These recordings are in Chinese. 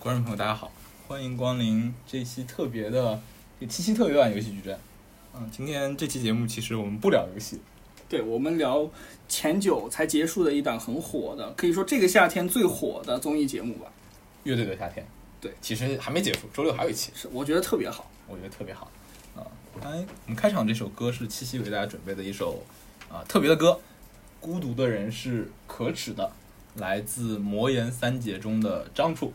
观众朋友，大家好，欢迎光临这期特别的这七夕特别版游戏矩阵。嗯，今天这期节目其实我们不聊游戏，对我们聊前九才结束的一档很火的，可以说这个夏天最火的综艺节目吧。乐队的夏天。对，其实还没结束，周六还有一期，是，我觉得特别好。我觉得特别好。啊、哎，我们开场这首歌是七夕为大家准备的一首啊、特别的歌，《孤独的人是可耻的》，来自魔岩三杰中的张楚。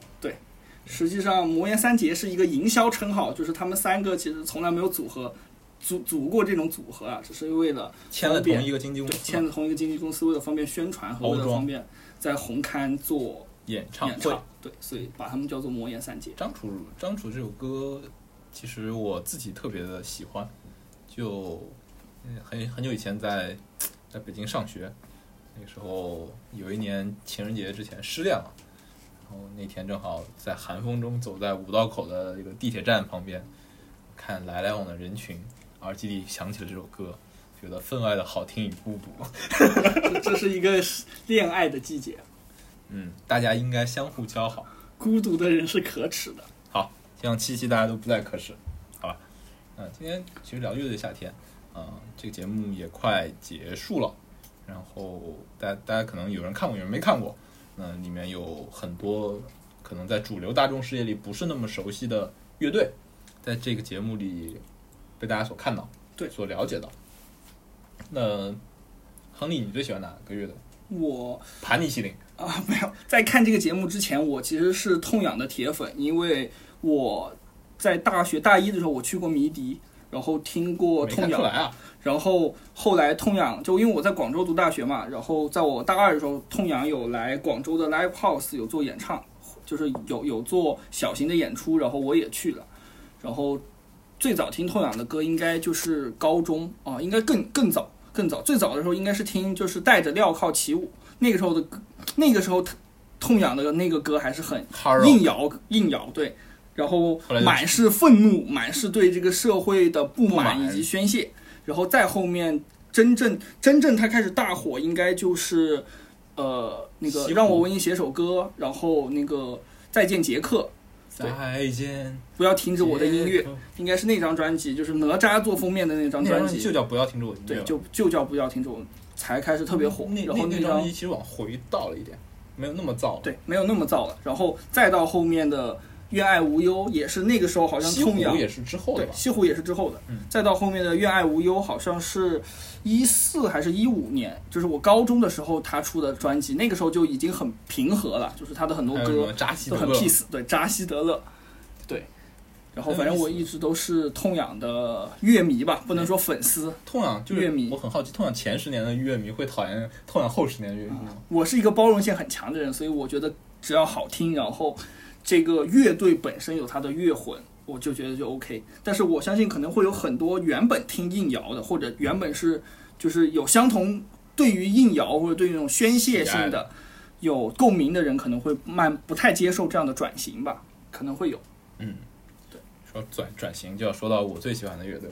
实际上，魔岩三杰是一个营销称号，就是他们三个其实从来没有组合，组组过这种组合啊，只是为了签了同一个经纪公对司，签了同一个经纪公司，为了方便宣传和为包了装方便在红勘做演唱演会。唱，对，所以把他们叫做魔岩三杰。张楚张楚这首歌，其实我自己特别的喜欢，就嗯很很久以前在在北京上学，那个时候有一年情人节之前失恋了，然后那天正好在寒风中走在五道口的一个地铁站旁边，看来来往的人群，耳机里响起了这首歌，觉得分外的好听与孤独。这这是一个恋爱的季节，嗯，大家应该相互交好。孤独的人是可耻的。好，希望七夕大家都不再可耻，好吧？嗯、今天其实聊乐队夏天，嗯、这个节目也快结束了，然后大家大家可能有人看过，有人没看过，嗯、里面有很多可能在主流大众视野里不是那么熟悉的乐队，在这个节目里被大家所看到，对所了解到。那亨利，你最喜欢哪个乐队？我盘尼西林，啊，没有。在看这个节目之前，我其实是痛痒的铁粉，因为我在大学大一的时候，我去过迷笛，然后听过没痛看出来痒，啊，然后后来痛痒就因为我在广州读大学嘛，然后在我大二的时候，痛痒有来广州的 live house 有做演唱，就是有有做小型的演出，然后我也去了，然后最早听痛痒的歌应该就是高中啊，应该更更早更早，最早的时候应该是听就是带着镣铐起舞，那个时候的歌那个时候痛痒的那个歌还是很 h a r 硬摇硬摇对，然后后来就满是愤怒，满是对这个社会的不不满满以及宣泄，然后再后面真正真正他开始大火，应该就是呃那西个湖让我为你写首歌，然后那个再见杰克，再见，不要停止我的音杰，乐克应该是那张专辑，就是哪吒做封面的那张那专张辑，哎就叫不要停止我的音乐对吧，就就叫不要停止我，才开始特别火，那然后那那张专辑其实往回倒了一点，没有那么燥。，对，没有那么燥了。然后再到后面的《愿爱无忧》，也是那个时候好像西湖痛痒，也是之后的对，吧？西湖也是之后的。嗯再到后面的《愿爱无忧》，好像是一四还是一五年，就是我高中的时候他出的专辑，那个时候就已经很平和了，就是他的很多还有什歌么扎西都德很勒， peace，对，扎西德勒，对。然后反正我一直都是痛痒的乐迷吧，不能说粉丝，痛痒就是乐迷我很好奇，痛痒前十年的乐迷会讨厌痛痒后十年的乐迷吗？我是一个包容性很强的人，所以我觉得只要好听，然后这个乐队本身有它的乐魂，我就觉得就 OK。但是我相信可能会有很多原本听硬摇的，或者原本是就是有相同对于硬摇或者对于那种宣泄性喜爱的有共鸣的人，可能会慢不太接受这样的转型吧，可能会有嗯，对。说转转型就要说到我最喜欢的乐队，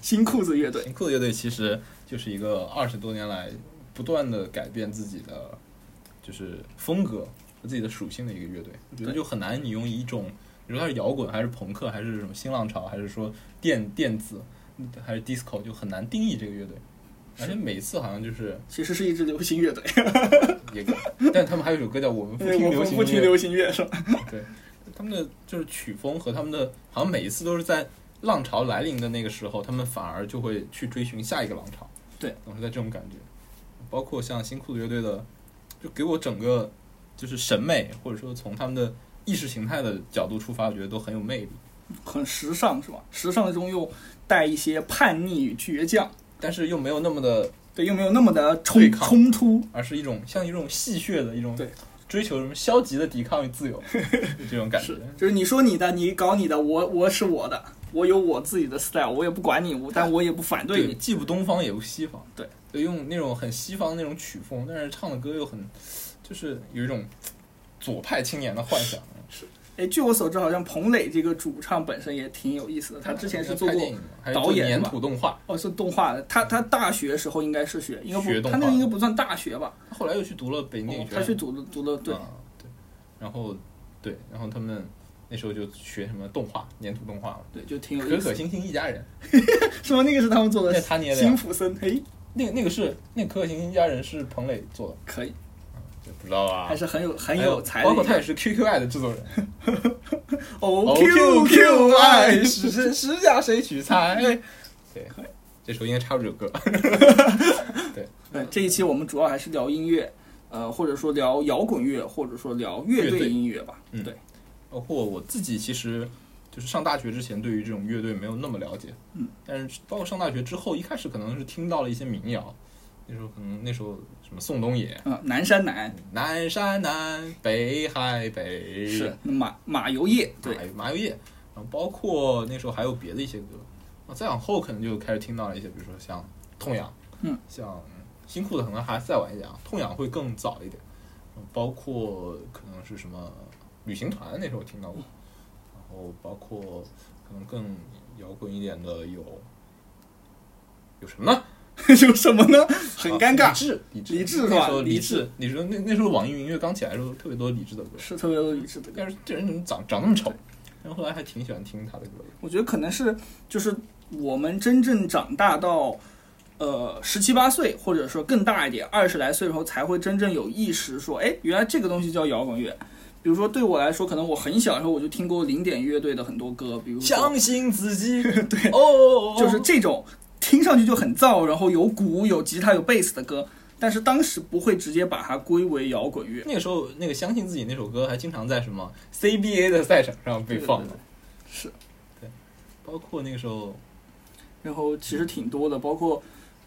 新裤子乐队。新裤子乐队其实就是一个二十多年来不断的改变自己的就是风格和自己的属性的一个乐队，我觉得对就很难你用一种你说它是摇滚还是朋克还是什么新浪潮还是说电电子还是 disco 就很难定义这个乐队，而且每次好像就是其实是一支流行乐队，也，但他们还有一首歌叫《我们不因为听 我流们行不音听乐》，流行乐是吧？他们的就是曲风和他们的好像每一次都是在浪潮来临的那个时候，他们反而就会去追寻下一个浪潮。对，总是在这种感觉。包括像新裤子乐队的，就给我整个就是审美，或者说从他们的意识形态的角度出发，我觉得都很有魅力。很时尚是吧？时尚中又带一些叛逆与倔强。但是又没有那么的，对，又没有那么的对冲抗冲突，而是一种像一种戏谑的一种对追求什么消极的抵抗与 自由这种感觉是。就是你说你的，你搞你的，我我是我的，我有我自己的 style，我也不管你，我但我也不反对对，你。既不东方也不西方，对，对，用那种很西方那种曲风，但是唱的歌又很，就是有一种左派青年的幻想。哎，据我所知，好像彭磊这个主唱本身也挺有意思的，他之前是做拍电过影嘛，还有做导演粘吧土动画，哦是动画的，他他大学时候应该是学，应学该不动他画那个应该不算大学吧，他后来又去读了北京电影哦学嗯他院，去读的读的对啊对，然后对，然后他们那时候就学什么动画，粘土动画嘛，对，就挺有可意思可的。星星一家人，是吗？那个是他们做那的，他捏的呀辛，普森，哎嘿，那个那个是那个可可星星一家人是彭磊做的，可以，这不知道啊，还是很有很还有才的包一括个。他也是 QQI 的制作人。哦 O Q Q I， OQQI，十十十家谁取材？对，这时候应该插入这首歌。对，呃这一期我们主要还是聊音乐，呃，或者说聊摇滚乐，或者说聊乐乐队队音乐吧。嗯对，包括我自己，其实就是上大学之前对于这种乐队没有那么了解，嗯，但是包括上大学之后，一开始可能是听到了一些民谣，那时候可能那时候什么宋冬野，嗯、南山南南山南，北海北，是马马油叶，对 马，麻油叶，然后包括那时候还有别的一些歌，啊，再往后可能就开始听到了一些，比如说像痛痒，嗯，像新裤子可能还再晚一点啊，痛痒会更早一点，嗯包括可能是什么旅行团那时候听到过，然后包括可能更摇滚一点的有有什么呢？有什么呢？很啊尴尬李，志，李志，李志是那吧时候李李志志，李志那那时候网易云音乐刚起来的时候，特别多李志的歌， 是特别有理智的。但是这人怎么长长那么丑？然后后来还挺喜欢听他的歌的。我觉得可能是就是我们真正长大到呃十七八岁，或者说更大一点，二十来岁的时候才会真正有意识说，哎，原来这个东西叫摇滚乐。比如说对我来说，可能我很小的时候我就听过零点乐队的很多歌，比如说相信自 己，对哦，就是这种听上去就很燥，然后有鼓、有吉他、有贝斯的歌，但是当时不会直接把它归为摇滚乐。那个时候那个相信自己那首歌还经常在什么 CBA 的赛场上被放对对对是，包括那个时候然后其实挺多的，包括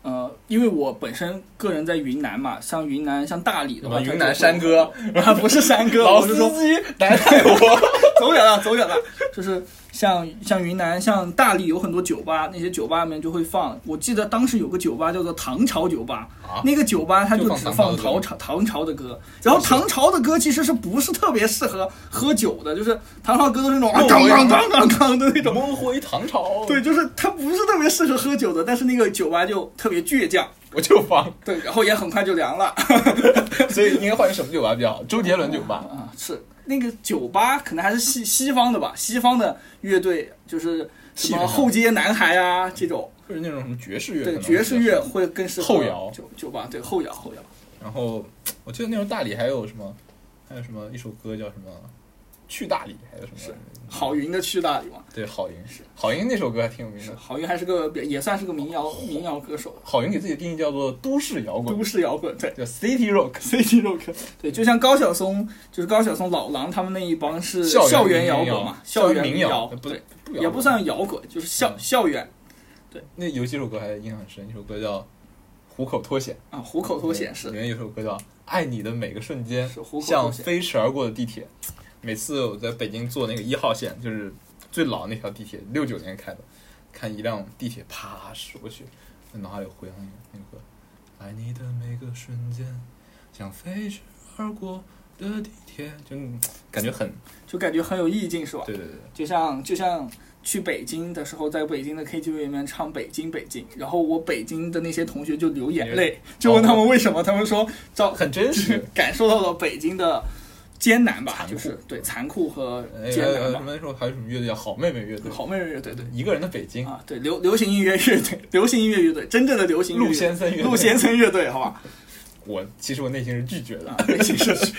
呃，因为我本身个人在云南嘛，像云南、像大理的话，什么哦它云就南会山歌， 啊，不是山歌， 老我司是说机来带我， 走远了，走远了，就是像像云南、像大理有很多酒吧，那些酒吧里面就会放。我记得当时有个酒吧叫做唐朝酒吧，啊那个酒吧它就放只唐朝放唐的朝唐朝的歌，然后唐朝的歌其实是不是特别适合喝酒的，就是唐朝歌都是那种啊哦当我当当当当的那种，梦回唐朝， 对，就是它不是特别适合喝酒的，但是那个酒吧就特别倔强，我就放。对，然后也很快就凉了。 所以应该换成什么酒吧比较好？周杰伦酒吧，啊，是那个酒吧，可能还是西西方的吧，西方的乐队就是什气质么上后街男孩啊这种，或者那种什么爵士乐，对爵士乐。会更适合后摇酒酒吧，对后摇后摇，然后我记得那时候大理还有什么，还有什么一首歌叫什么？去大理还有什是么？郝云的去大理嘛，对郝云，郝云那首歌还挺有名是的。郝云还是个也算是个民哦谣民谣歌手，郝云给自己的定义叫做都市摇滚都，市摇滚对。 叫 City Rock。 City Rock，对，就像高晓松，就是高晓松、老狼他们那一帮是 校园园摇民滚嘛，校园民民谣，不对，不也不。算摇滚，就是校嗯校园那有几首歌还印象很深，一首歌叫《虎口脱险》，啊，虎口脱险是里面有首歌叫《爱你的每个瞬间是虎》，口脱像险，飞驰而过的地铁。每次我在北京坐那个一号线，就是最老那条地铁，六九年开的，看一辆地铁啪驶过去，那脑海里回荡那个歌，爱你的每个瞬间，像飞驰而过的地铁，就感觉很就感觉很有意境是吧？对对对，就像就像去北京的时候，在北京的 KTV 里面唱《北京北京》，然后我北京的那些同学就流眼泪，就问他们为什么，他们说 照很真实。感受到了北京的艰难吧残，酷就是对残酷和哎，还艰有还有难什吧。么那时候还有什么乐队叫好妹妹乐队，好妹妹乐队对一个人的北京，啊，对流流行音乐乐队，流行音乐乐队，真正的流行乐陆队先生乐队。陆先生乐队，好吧？我其实我内心是拒绝的 啊，，流行社区。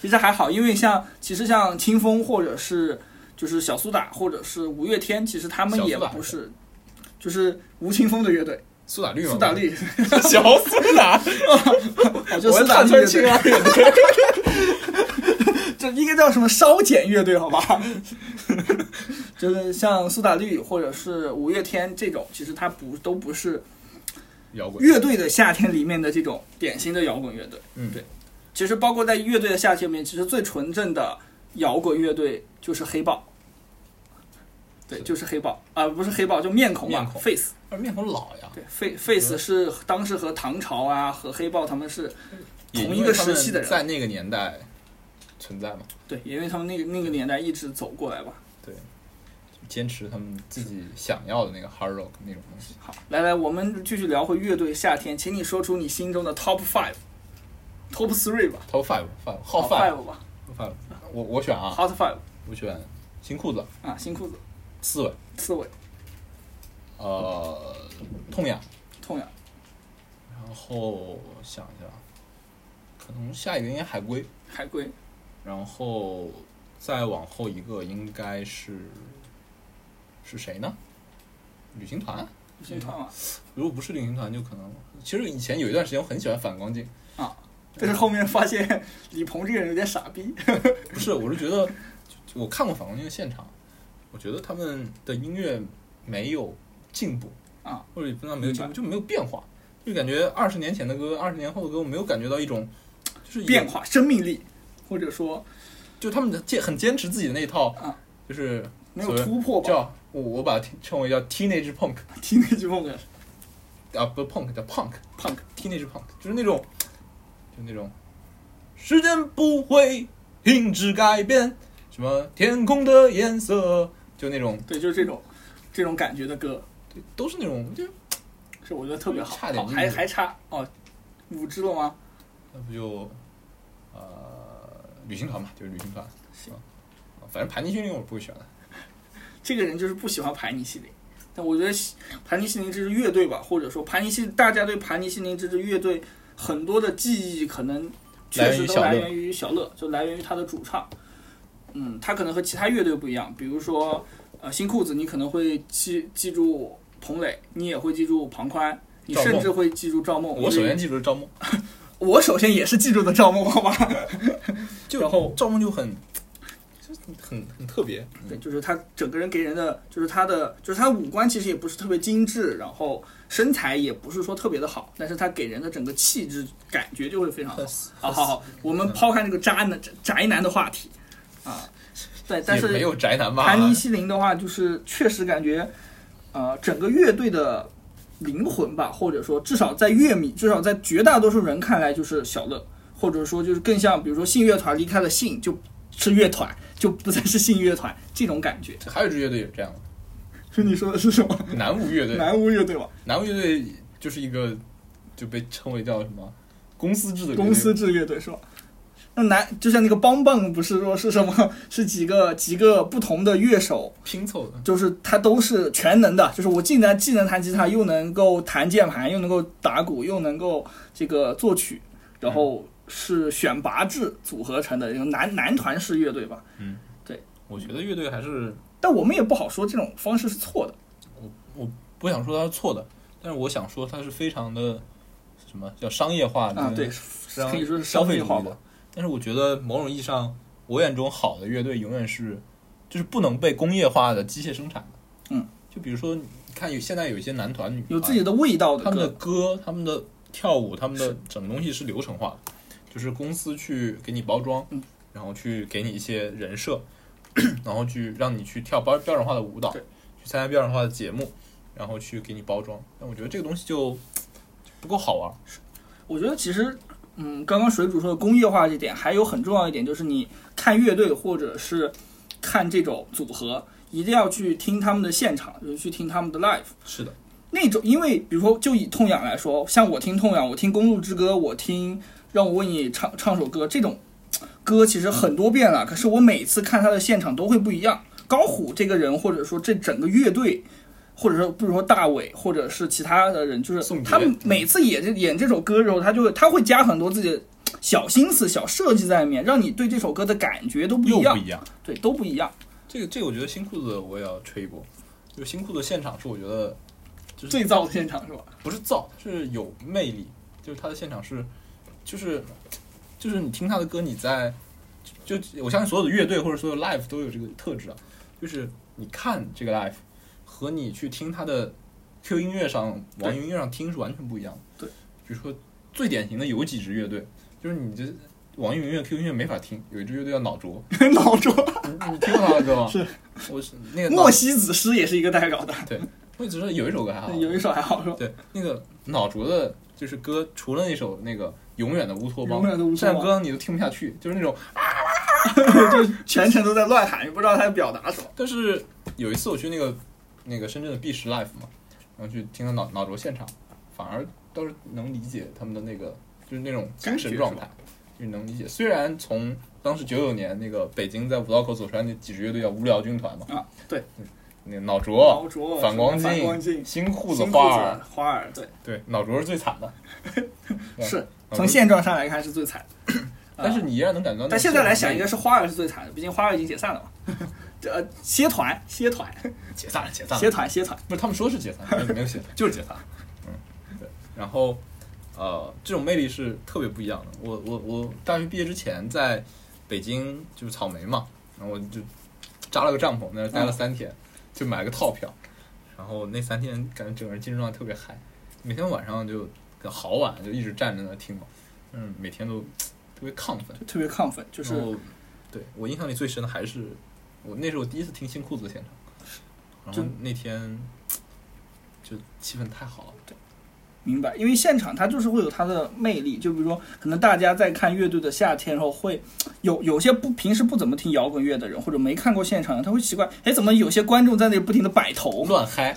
其实还好，因为像其实像清风或者是就是小苏打或者是五月天，其实他们也小苏打不是，就是吴青峰的乐队，苏打绿嘛，苏打，绿， 小苏打，哦，就我苏是打探绿春乐青队，啊， 这应该叫什么烧减乐队，好吧？ 就是像苏打绿或者是五月天这种，其实它不都不是摇滚，乐队的夏天里面的这种典型的摇滚乐队。嗯，对其实包括在乐队的夏天里面，其实最纯正的摇滚乐队就是黑豹。对，是就是黑豹啊、不是黑豹，就面孔嘛嗯面孔 f a c e 而面孔老呀，对，face face 是当时和唐朝啊和黑豹他们是也同因一为个他时期们的人在那个年代存在嘛，对，因为他们那个那个年代一直走过来吧。坚持他们自己想要的那个 hard rock 那种东西。好，来来，我们继续聊回乐队夏天，请你说出你心中的 top five，top three 吧 Top five，five，好 five 吧。 five，我我选啊， Hot Five 我选新裤子、啊，新裤子、刺猬、刺猬、呃，痛痒，痛痒、然后想一下，可能下一个应该海龟，海龟、然后再往后一个应该是是谁呢？旅行团，旅行啊团嘛，如果不是旅行团，就可能其实以前有一段时间我很喜欢反光镜，但是后面发现李鹏这个人有点傻逼。不是，我是觉得就我看过反光镜的现场，我觉得他们的音乐没有进步啊，或者也不能没有进步，明就没有变化，就感觉二十年前的歌，二十年后的歌，我没有感觉到一种就是有变，化、生命力，或者说就他们的坚很坚持自己的那一套，啊就是没有突破吧。叫我我把它称为叫 teenage punk 听那句梦的啊，不是 punk 叫 punk punk teenage punk，就是那种就那种时间不会停止改变，什么天空的颜色，就那种。对，就是这种这种感觉的歌，对，都是那种就是我觉得特别好，差点好意思还还差哦，五支了吗？那不就呃旅行团嘛，就是旅行团。行啊，啊反正盘尼西林我是不会选的。这个人就是不喜欢盘尼西林。但我觉得西盘尼西林这支乐队吧，或者说盘尼西，大家对盘尼西林这支乐队很多的记忆可能确实都来来源源于小乐，就来源于他的主唱。嗯，他可能和其他乐队不一样，比如说呃新裤子，你可能会记记住彭磊，你也会记住庞宽，你赵甚梦至会记住赵梦。我首先记住是赵梦， 我首先也是记住的赵梦，好吧？就然后赵梦就很就是很很特别。对，就是他整个人给人的，就是他的，就是他五官其实也不是特别精致，然后身材也不是说特别的好，但是他给人的整个气质感觉就会非常好很。啊，好好，我们抛开那个渣男宅男的话题啊，对，但也没是有宅男吧？盘尼西林的话，就是确实感觉，呃，整个乐队的灵魂吧，或者说至少在乐迷，至少在绝大多数人看来就是小乐，或者说就是更像，比如说信乐团离开了信，就是乐团，就不再是信乐团这种感觉。还有一支乐队也是这样是你说的是什么？的，南无乐队。南无乐队吧，南无乐队就是一个就被称为叫什么公司制的乐队公司制乐队是吧？那南就像那个邦邦，不是说是什么？是几个几个不同的乐手，拼凑的。就是他都是全能的，就是我既能既能弹吉他，又能够弹键盘，又能够打鼓，又能够这个作曲，然后是选拔制组合成的，这种男男团式乐队吧。我觉得乐队还是但我们也不好说这种方式是错的，不想说它是错的，但是我想说它是非常的什么叫商业化啊跟对是啊可以说是消费商业化主义吧的。但是我觉得某种意义上，我眼中好的乐队永远是就是不能被工业化的机械生产的。嗯，就比如说你看有现在有一些男团啊女团有自己的味道他的们的歌，歌、他们的跳舞、他们的是整个东西是流程化的，就是公司去给你包装，嗯然后去给你一些人设， 然后去让你去跳标标准化的舞蹈，对去参加标准化的节目，然后去给你包装。但我觉得这个东西就就不够好玩。我觉得其实，嗯，刚刚水主说的工业化这点，还有很重要一点就是，你看乐队或者是看这种组合，一定要去听他们的现场，就是去听他们的 live。是的，那种，因为比如说就以痛痒来说，像我听痛痒，我听《公路之歌》，我听让我为你唱唱首歌这种嘖歌，其实很多遍了，可是我每次看他的现场都会不一样。高虎这个人，或者说这整个乐队，或者说比如说大伟，或者是其他的人，就是宋杰嗯他们每次演这演这首歌的时候，他就会他会加很多自己的嘖小心思、小设计在里面，让你对这首歌的感觉都不又一不样，一样。对，都不一样。这个这个，我觉得新裤子我也要吹一波。就新裤子现场是我觉得就是最燥的现场是吧？ 不是燥，是有魅力。就是他的现场是，就是，就是你听他的歌，你在就就我相信所有的乐队或者所有 live 都有这个特质啊，就是你看这个 live 和你去听他的 Q 音乐上、网易云音乐上听是完全不一样的。对，比如说最典型的有几支乐队，就是你这网易云音乐、Q 音乐没法听，有一支乐队叫脑浊，老周，你你听过他的歌 吗？是，我是那个脑莫，西子诗也是一个代表的，我只是有一首歌还好，有一首还好说。对，那个脑浊的，就是歌，除了那首那个《永远的乌托邦永远的乌》，这托邦首歌你都听不下去，就是那种。就是全程都在乱喊，也不知道他在表达什么。但是有一次我去那个那个深圳的 B 十 Live 嘛，然后去听他脑脑浊现场，反而倒是能理解他们的那个就是那种精神状态，就是能理解。虽然从当时九九年那个北京在五道口走出来那几支乐队叫无聊军团嘛，啊，对，那个脑老浊、卓、哦反光镜反光镜、新裤子、新裤花儿，嗯花儿，对，对，脑浊是最惨的。对是脑浊从现状上来看是最惨 的，啊但是你依然能感觉到那个但现现场在的来魅力，想，应该是花儿是最惨的，毕竟花儿已经解散了嘛。 这呃，歇团，歇团，解散了，解散了，歇团，歇团，不是他们说是解散，但是没有解散，就是解散。嗯，对。然后，呃，这种魅力是特别不一样的。我我我大学毕业之前在北京就是草莓嘛，然后我就扎了个帐篷，在那儿待嗯了三天，就买了个套票。然后那三天感觉整个人精神状态特别嗨，每天晚上就好晚就一直站着那听嘛，嗯，每天都特别亢奋。就特别亢奋，就就是是，对我印象里最深的还是我那是我第一次听新裤子的现场，然后真那天就气氛太好了，明白，因为现场它就是会有它的魅力，就比如说，可能大家在看乐队的夏天的时候会，有有些不平时不怎么听摇滚乐的人，或者没看过现场的，他会奇怪，哎，怎么有些观众在那里不停的摆头？乱嗨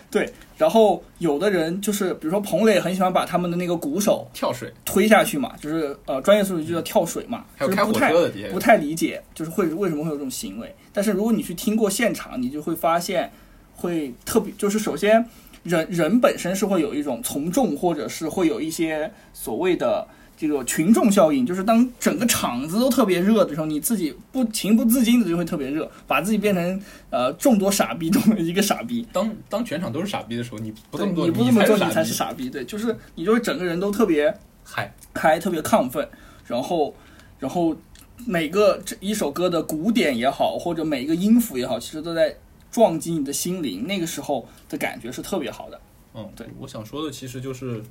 然后有的人就是，比如说彭磊很喜欢把他们的那个鼓手跳水，推下去嘛，就是呃专业术语就叫跳水嘛，还就有是开不火太车的底下不太理解，就是会为什么会有这种行为。但是如果你去听过现场，你就会发现，会特别就是首先人人本身是会有一种从众，或者是会有一些所谓的。这个群众效应就是当整个场子都特别热的时候，你自己不情不自禁的就会特别热，把自己变成呃众多傻逼中的一个傻逼。当当全场都是傻逼的时候，你不这对么做，你不这么做，你你才是是傻逼傻逼。对，就是你就会整个人都特别嗨，嗨，特别亢奋，然后，然后每个这一首歌的鼓点也好，或者每一个音符也好，其实都在撞击你的心灵。那个时候的感觉是特别好的。嗯，对，我想说的其实就是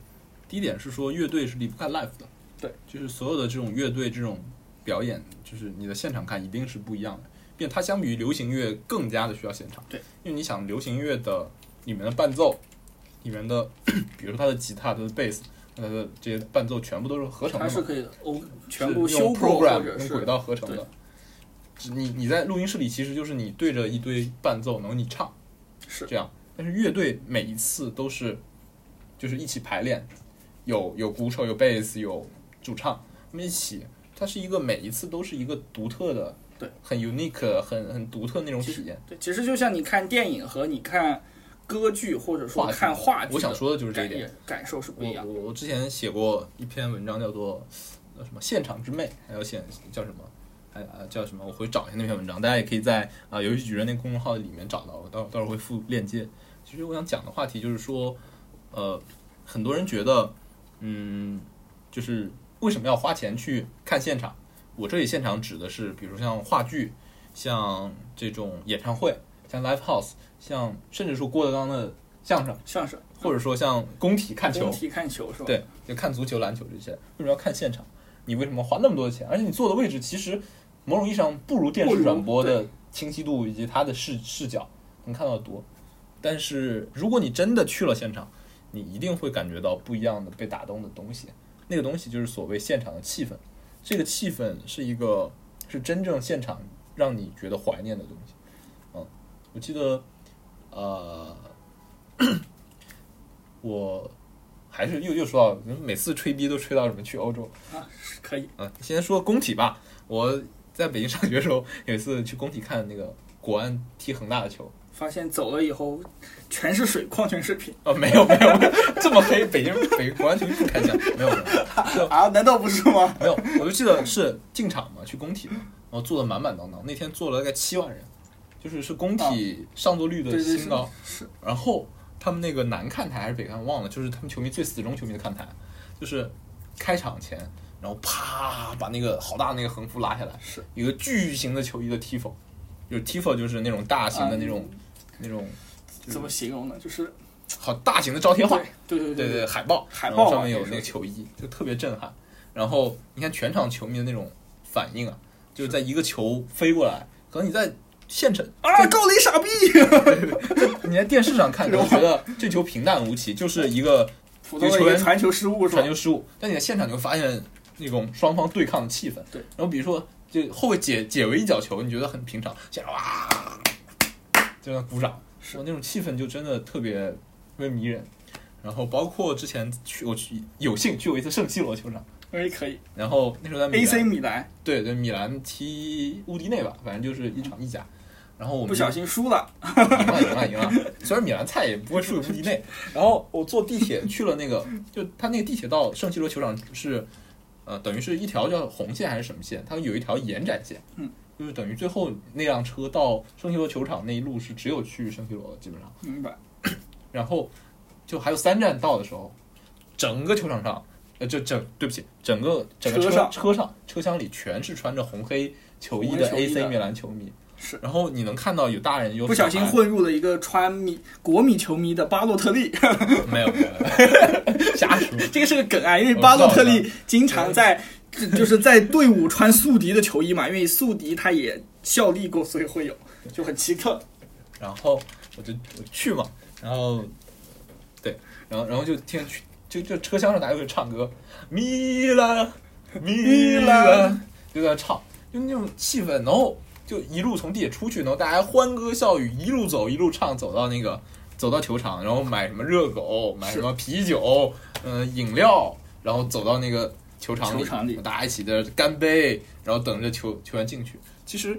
第一点是说乐队是离不开 live 的，对，就是所有的这种乐队这种表演，就是你的现场看一定是不一样的，并且它相比于流行乐更加的需要现场，对，因为你想流行乐的里面的伴奏，里面的 比如说它的吉他、它的贝斯、它的这些伴奏全部都是合成它的是嘛，可以哦，全部是修用过或 program 者用是轨道合成的对。只你你在录音室里，其实就是你对着一堆伴奏，然后你唱，是这样。但是乐队每一次都是就是一起排练，有有鼓手，有贝斯，有主唱，他们一起，它是一个每一次都是一个独特的，对，很 unique，很很独特那种其实体验。对，其实就像你看电影和你看歌剧，或者说话剧看话剧，我想说的就是这一感点。感受是不一我样。我我之前写过一篇文章，叫做呃什么“现场之魅”，还有现叫什么，还呃叫什么？我回去找一下那篇文章，大家也可以在啊、呃游戏主人那公众号里面找到，我到到时候会附链接。其实我想讲的话题就是说，呃，很多人觉得，嗯，就是为什么要花钱去看现场？我这里现场指的是，比如像话剧，像这种演唱会，像 live house，像甚至说郭德纲的相声，像是或者说像工体嗯看球工，体看球是吧？对，就看足球、篮球这些，为什么要看现场？你为什么花那么多钱？而且你坐的位置其实某种意义上不如电不视如转播的清晰度以及它的视视角能看到的多。但是如果你真的去了现场，你一定会感觉到不一样的被打动的东西。那个东西就是所谓现场的气氛，这个气氛是一个是真正现场让你觉得怀念的东西。嗯，我记得，呃， 我还是又又说到，每次吹逼都吹到什么去欧洲。啊，是可以。啊，先说工体吧。我在北京上学的时候，有一次去工体看那个国安踢恒大的球。发现走了以后，全是水，矿泉水品啊，没有没有，没有这么黑，北京北国安球迷不开枪，没有没有啊？难道不是吗？没有，我就记得是进场嘛，去工体嘛，然后坐的满满当当。那天坐了大概七万人，就是是工体上座率啊对的对新是高。是然后他们那个南看台还是北看忘了，就是他们球迷最死忠球迷的看台，就是开场前，然后啪把那个好大的那个横幅拉下来，是一个巨型的球衣的 Tifo，就是 Tifo 就是那种大型的那种、啊那种怎么形容呢？就是好大型的招贴画，嗯对对对对，海报，海然后报啊上面有也是那个球衣，就特别震撼。然后你看全场球迷的那种反应啊，就是在一个球飞过来，可能你在现场啊，高磊傻逼！你在电视上看，你会觉得这球平淡无奇，就是一个普通的一个传球失误是吧传？球失误，但你在现场你会发现那种双方对抗的气氛。对，然后比如说就后卫解解围一脚球，你觉得很平常，现在哇，就像鼓掌，是哇那种气氛就真的特别特别迷人。然后包括之前去我去有幸去过一次圣西罗球场，哎，可以然后那时候在米兰，AC 米兰对对米兰踢乌迪内吧，反正就是一场意甲。然后我们不小心输了，赢了，赢了，赢了。啊虽然米兰菜也不会输给乌迪内。然后我坐地铁去了那个，就他那个地铁到圣西罗球场是，呃，等于是一条叫红线还是什么线？它有一条延展线，嗯，就是等于最后那辆车到圣西罗球场那一路是只有去圣西罗的，基本上。明白？然后就还有三站到的时候，整个球场上，呃，就整对不起，整个整个车车上车上车厢里全是穿着红黑球衣的红黑球衣的 AC 米兰球迷。是，然后你能看到有大人有不小小心孩混入了一个穿米国米球迷的巴洛特 利，没有没有，瞎说。这个是个梗啊，因为巴洛特利经常在 就就是在队伍穿宿敌的球衣嘛，因为宿敌他也效力过，所以会有，就很奇特。然后我就我去嘛，然后对，然后然后就听去就就车厢上大家会唱歌，米兰米兰就在唱，就那种气氛，然后就一路从地铁出去，然后大家欢歌笑语，一路走一路唱，走到那个走到球场，然后买什么热狗，买什么啤酒，嗯、饮料，然后走到那个球场里，球场里大家一起在这干杯，然后等着球球员进去。其实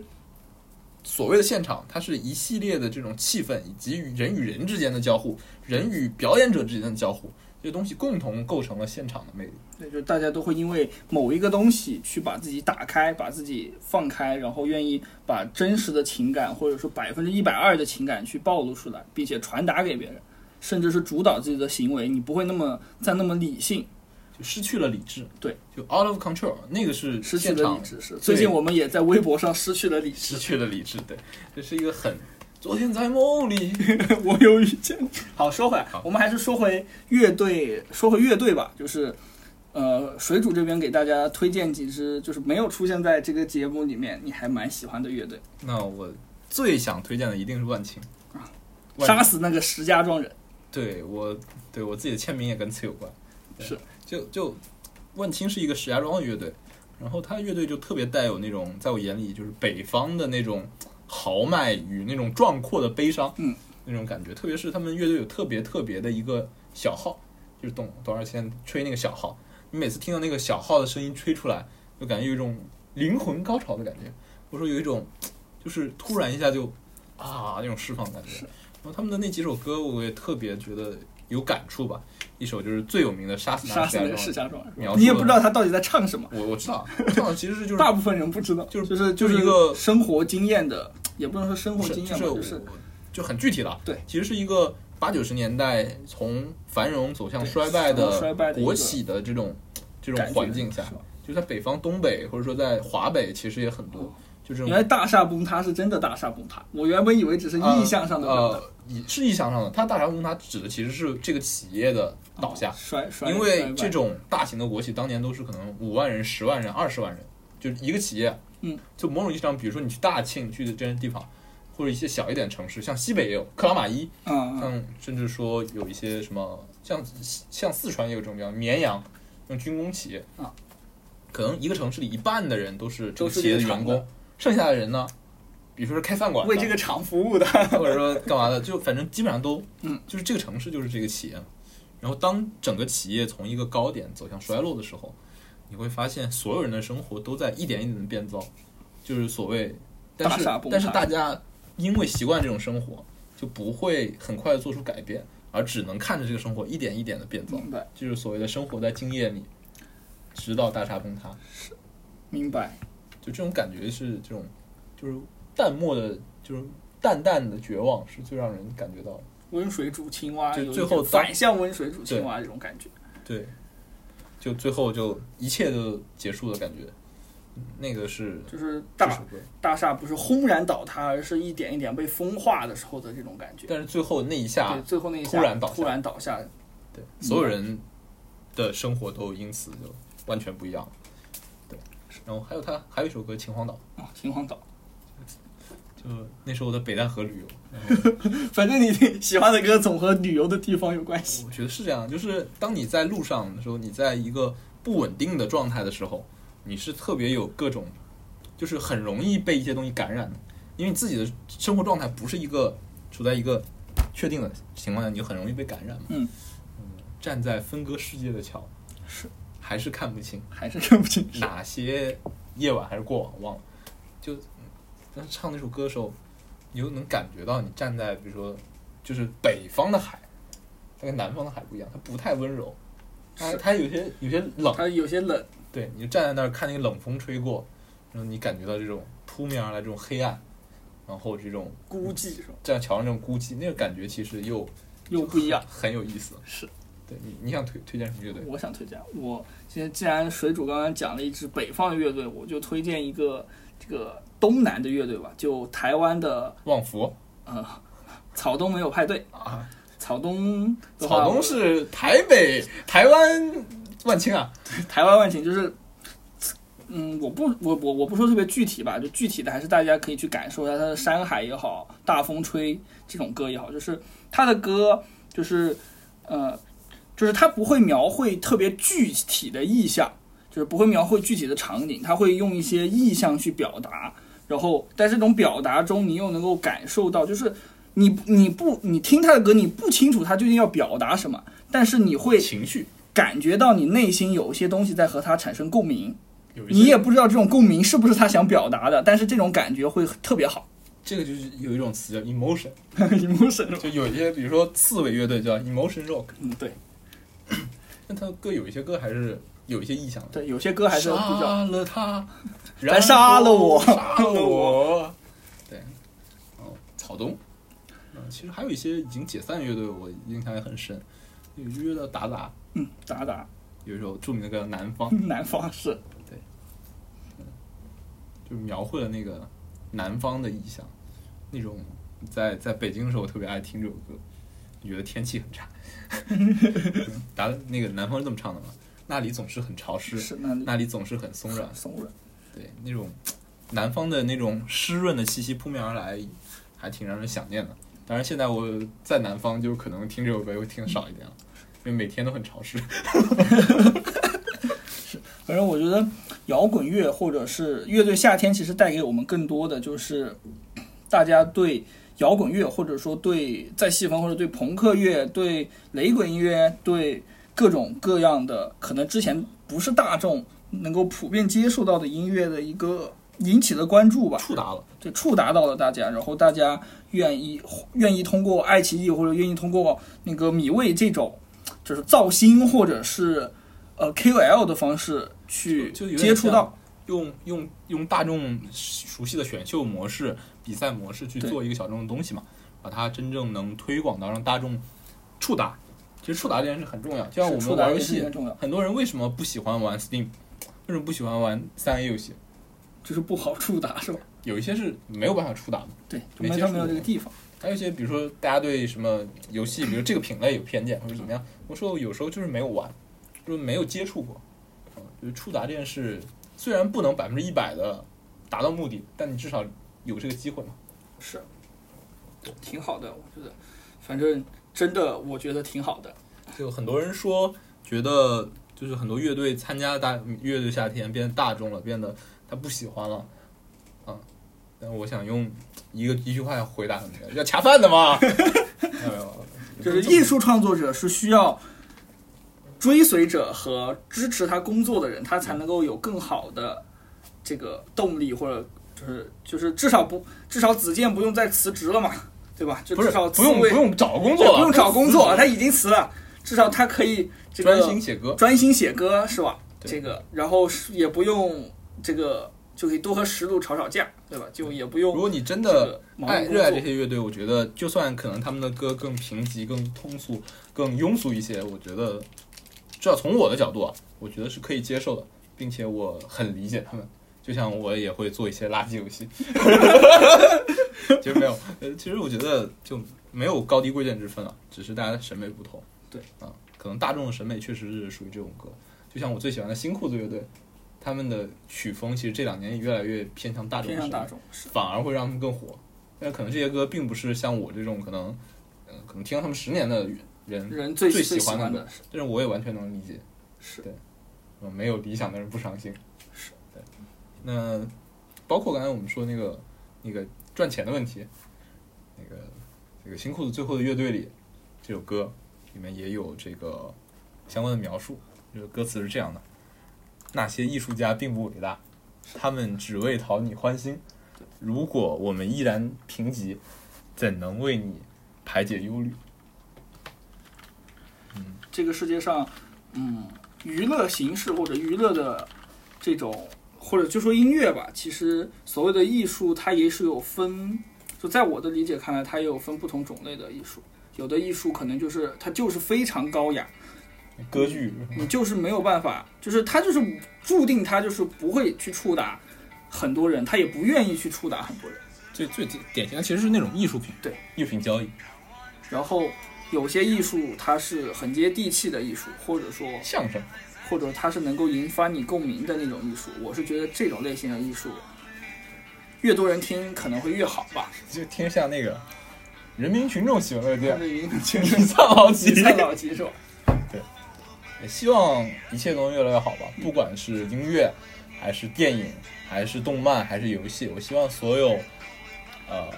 所谓的现场，它是一系列的这种气氛，以及与人与人之间的交互，人与表演者之间的交互，这些东西共同构成了现场的魅力。对，就是大家都会因为某一个东西去把自己打开，把自己放开，然后愿意把真实的情感，或者说百分之一百二的情感去暴露出来，并且传达给别人，甚至是主导自己的行为。你不会那么再那么理性，就失去了理智，对，就 out of control，那个是失去现了场理智是。最近我们也在微博上失去了理失智，去了理智，对，这是一个很。昨天在梦里，我有遇见。好，说回来好，我们还是说回乐队，说回乐队吧，就是。呃，水煮这边给大家推荐几支，就是没有出现在这个节目里面，你还蛮喜欢的乐队。那我最想推荐的一定是万青。万杀死那个石家庄人，对我对我自己的签名也跟此有关。对是，就就万青是一个石家庄的乐队，然后他乐队就特别带有那种在我眼里就是北方的那种豪迈与那种壮阔的悲伤，嗯，那种感觉。特别是他们乐队有特别特别的一个小号，就是董董二千吹那个小号，你每次听到那个小号的声音吹出来，就感觉有一种灵魂高潮的感觉，或者说有一种就是突然一下就啊那种释放的感觉。然后他们的那几首歌，我也特别觉得有感触吧。一首就是最有名的《杀死那杀个死石家那庄人个石家庄人描述，了你也不知道他到底在唱什么，我我知道，这样其实是就是大部分人不知道，就是就是就是一个生活经验的，也不能说生不活是经验吧，就就是是我就很具体了。对，其实是一个八九十年代从繁荣走向对衰败从衰败的一个国企的这种这种感觉环境下是，吧就在北方东北或者说在华北，其实也很多，就这原种来大厦崩塌是真的大厦崩塌，我原本以为只是意向上的表达呃，以是意向上的，它大长虹它指的其实是这个企业的倒下哦，摔摔，因衰为败这种大型的国企当年都是可能五万人、十万人、二十万人，就是一个企业。嗯，就某种意义上，比如说你去大庆去的这些地方，或者一些小一点城市，像西北也有克拉玛依，嗯嗯像甚至说有一些什么，像像四川也有这种地方，绵阳那种军工企业啊，可能一个城市里一半的人都是这都个是企业的这个员厂工，剩下的人呢，比如说是开饭馆的，为这个厂服务的，或者说干嘛的，就反正基本上都，嗯，就是这个城市就是这个企业嘛。然后当整个企业从一个高点走向衰落的时候，你会发现所有人的生活都在一点一点的变糟，就是所谓，但大是厦崩塌但是大家因为习惯这种生活，就不会很快的做出改变，而只能看着这个生活一点一点的变糟，明白就是所谓的生活在经验里，直到大厦崩塌。明白，就这种感觉是这种，就是淡漠的，就是淡淡的绝望，是最让人感觉到的。温水煮青蛙，就有一最后种反向温水煮青对蛙这种感觉，对，就最后就一切都结束的感觉。嗯那个是就是这大首歌，大厦不是轰然倒塌，而是一点一点被风化的时候的这种感觉。但是最后那一下对，，最后那一下啊突然倒下突然倒下，对所有人的生活都因此就完全不一样了。对，然后还有他还有一首歌《秦皇岛啊，秦皇岛。》，就那时候我在北戴河旅游，反正你喜欢的歌总和旅游的地方有关系。我觉得是这样，就是当你在路上的时候，你在一个不稳定的状态的时候，你是特别有各种，就是很容易被一些东西感染的，因为你自己的生活状态不是一个处在一个确定的情况下，你就很容易被感染嘛。嗯嗯，站在分割世界的桥，是还是看不清还是看不清。 哪些夜晚还是过往忘了。就当时唱那首歌的时候，你就能感觉到你站在比如说就是北方的海，它跟南方的海不一样，它不太温柔，它是它有些有些冷，它有些冷，对，你就站在那儿看那个冷风吹过，然后你感觉到这种扑面而来这种黑暗，然后这种孤寂是吧？站在桥上这种孤寂，那个感觉其实又又不一样。很有意思。是，对你你想推推荐什么乐队？我想推荐，我今天既然水主刚刚讲了一支北方的乐队，我就推荐一个这个东南的乐队吧，就台湾的旺福呃草东没有派对，啊，草东的话草东是台北台湾万青啊， 台湾万情就是。嗯，我不，我我我不说特别具体吧，就具体的还是大家可以去感受一下它的山海也好，大风吹这种歌也好，就是他的歌就是呃，就是他不会描绘特别具体的意象，就是不会描绘具体的场景，他会用一些意象去表达，然后在这种表达中，你又能够感受到，就是你你不你听他的歌，你不清楚他究竟要表达什么，但是你会情绪感觉到你内心有一些东西在和他产生共鸣，有一些你也不知道这种共鸣是不是他想表达的，但是这种感觉会特别 好。这个就是有一种词叫 emotion， emotion，就有一些比如说刺猬乐队叫 emotion rock，嗯，对但他的歌有一些歌还是有一些意象的。对，有些歌还是比较杀了他，来杀了我然后杀了 我。对，哦，草东，嗯，其实还有一些已经解散的乐队，我印象也很深，有一个乐队叫达达，嗯，达达有一首著名的歌叫《南方》，南方是就描绘了那个南方的意象，那种在在北京的时候我特别爱听这首歌，觉得天气很差。 达那个南方是这么唱的嘛？那里总是很潮湿，是那里那里总是很松软，松软，对，那种南方的那种湿润的气息扑面而来，还挺让人想念的。当然，现在我在南方，就是可能听这首歌会听的少一点了，因为每天都很潮湿。反正我觉得摇滚乐或者是乐队夏天，其实带给我们更多的就是大家对摇滚乐，或者说对再细分，或者对朋克乐、对雷鬼音乐、对各种各样的可能之前不是大众能够普遍接受到的音乐的一个引起的关注吧。触达了，对，触达到了大家，然后大家愿意愿意通过爱奇艺或者愿意通过那个米未这种，就是造星或者是呃 KOL 的方式去就就有点接触到，用用用大众熟悉的选秀模式、比赛模式去对做一个小众的东西嘛，把它真正能推广到让大众触达。其实触达这件事很重要，就像我是们触达玩游也是戏很，重要，很多人为什么不喜欢玩 Steam，为什么不喜欢玩三 A 游戏？就是不好触达是吧？有一些是没有办法触达的。对，就没没接他触没有这个过地方，还有一些，比如说大家对什么游戏，比如这个品类有偏见或者怎么样，我说有时候就是没有玩，就是没有接触过，啊，就是触达这件事，虽然不能百分之一百的达到目的，但你至少有这个机会嘛。是挺好的，我觉得，反正真的我觉得挺好的，就很多人说，觉得就是很多乐队参加大乐队夏天变大众了，变得他不喜欢了，啊，但我想用一个一句话回答他们，要恰饭的嘛， 没有没有，就是艺术创作者是需要追随者和支持他工作的人，他才能够有更好的这个动力，或者就是就是至少不至少子健不用再辞职了嘛，对吧？就不是至少不用刺不猬用找工作对了，嗯不用找 工作，他已经辞了，至少他可以这个专心写歌。专心写歌是吧？对这个然后是也不用这个就可以多和石路吵吵架，对吧？就也不如用果你真这的个忙爱于工哎热爱作这些乐队，我觉得就算可能他们的歌更贫瘠、更通俗、更庸俗一些，我觉得至少从我的角度啊，我觉得是可以接受的，并且我很理解他们。就像我也会做一些垃圾游戏， 其实没有，呃，其实我觉得就没有高低贵贱之分啊，只是大家的审美不同。对啊，可能大众的审美确实是属于这种歌，就像我最喜欢的新裤子乐队，他们的曲风其实这两年也越来越偏向大众偏的向审美大众是反而会让他们更火。但可能这些歌并不是像我这种可能，呃，可能听了他们十年的人，人最最最喜喜欢欢的的但是我也完全能理解，是。呃没有理想的人不伤心。是对。那包括刚才我们说那个那个赚钱的问题，那个这个新裤子最后的乐队里这首歌里面也有这个相关的描述，这个歌词是这样的：那些艺术家并不伟大，他们只为讨你欢心。如果我们依然贫瘠，怎能为你排解忧虑？这个世界上，嗯，娱乐形式或者娱乐的这种，或者就说音乐吧，其实所谓的艺术，它也是有分，就在我的理解看来，它也有分不同种类的艺术。有的艺术可能就是它就是非常高雅，歌剧你就是没有办法，就是它就是注定它就是不会去触达很多人，他也不愿意去触达很多人。最最典典型的其实是那种艺术品，对艺术品交易，然后有些艺术它是很接地气的艺术，或者说相声或者它是能够引发你共鸣的那种艺术。我是觉得这种类型的艺术，越多人听可能会越好吧。就听像那个人民群众喜闻乐见，看着云群 丧好集极。赛老集是吧？希望一切都能越来越好吧，不管是音乐，还是电影，还是动漫，还是游戏，我希望所有，呃，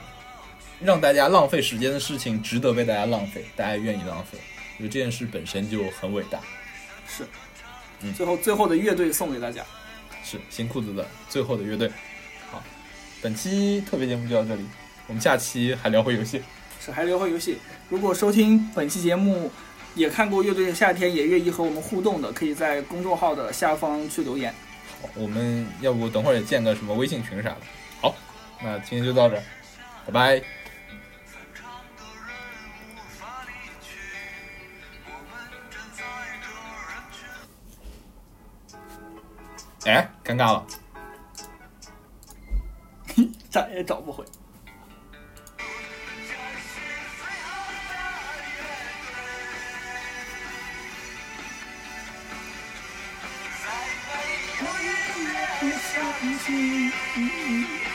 让大家浪费时间的事情，值得被大家浪费，大家愿意浪费，因为这件事本身就很伟大。是。嗯最后最后的乐队送给大家，是新裤子的最后的乐队。好，本期特别节目就到这里，我们下期还聊会游戏。是还聊会游戏。如果收听本期节目。也看过乐队的夏天，也愿意和我们互动的，可以在公众号的下方去留言。 好我们要不等会儿也建个什么微信群啥的。好，那今天就到这儿，拜拜。哎，尴尬了，再也找不回。在每个夜晚想起你。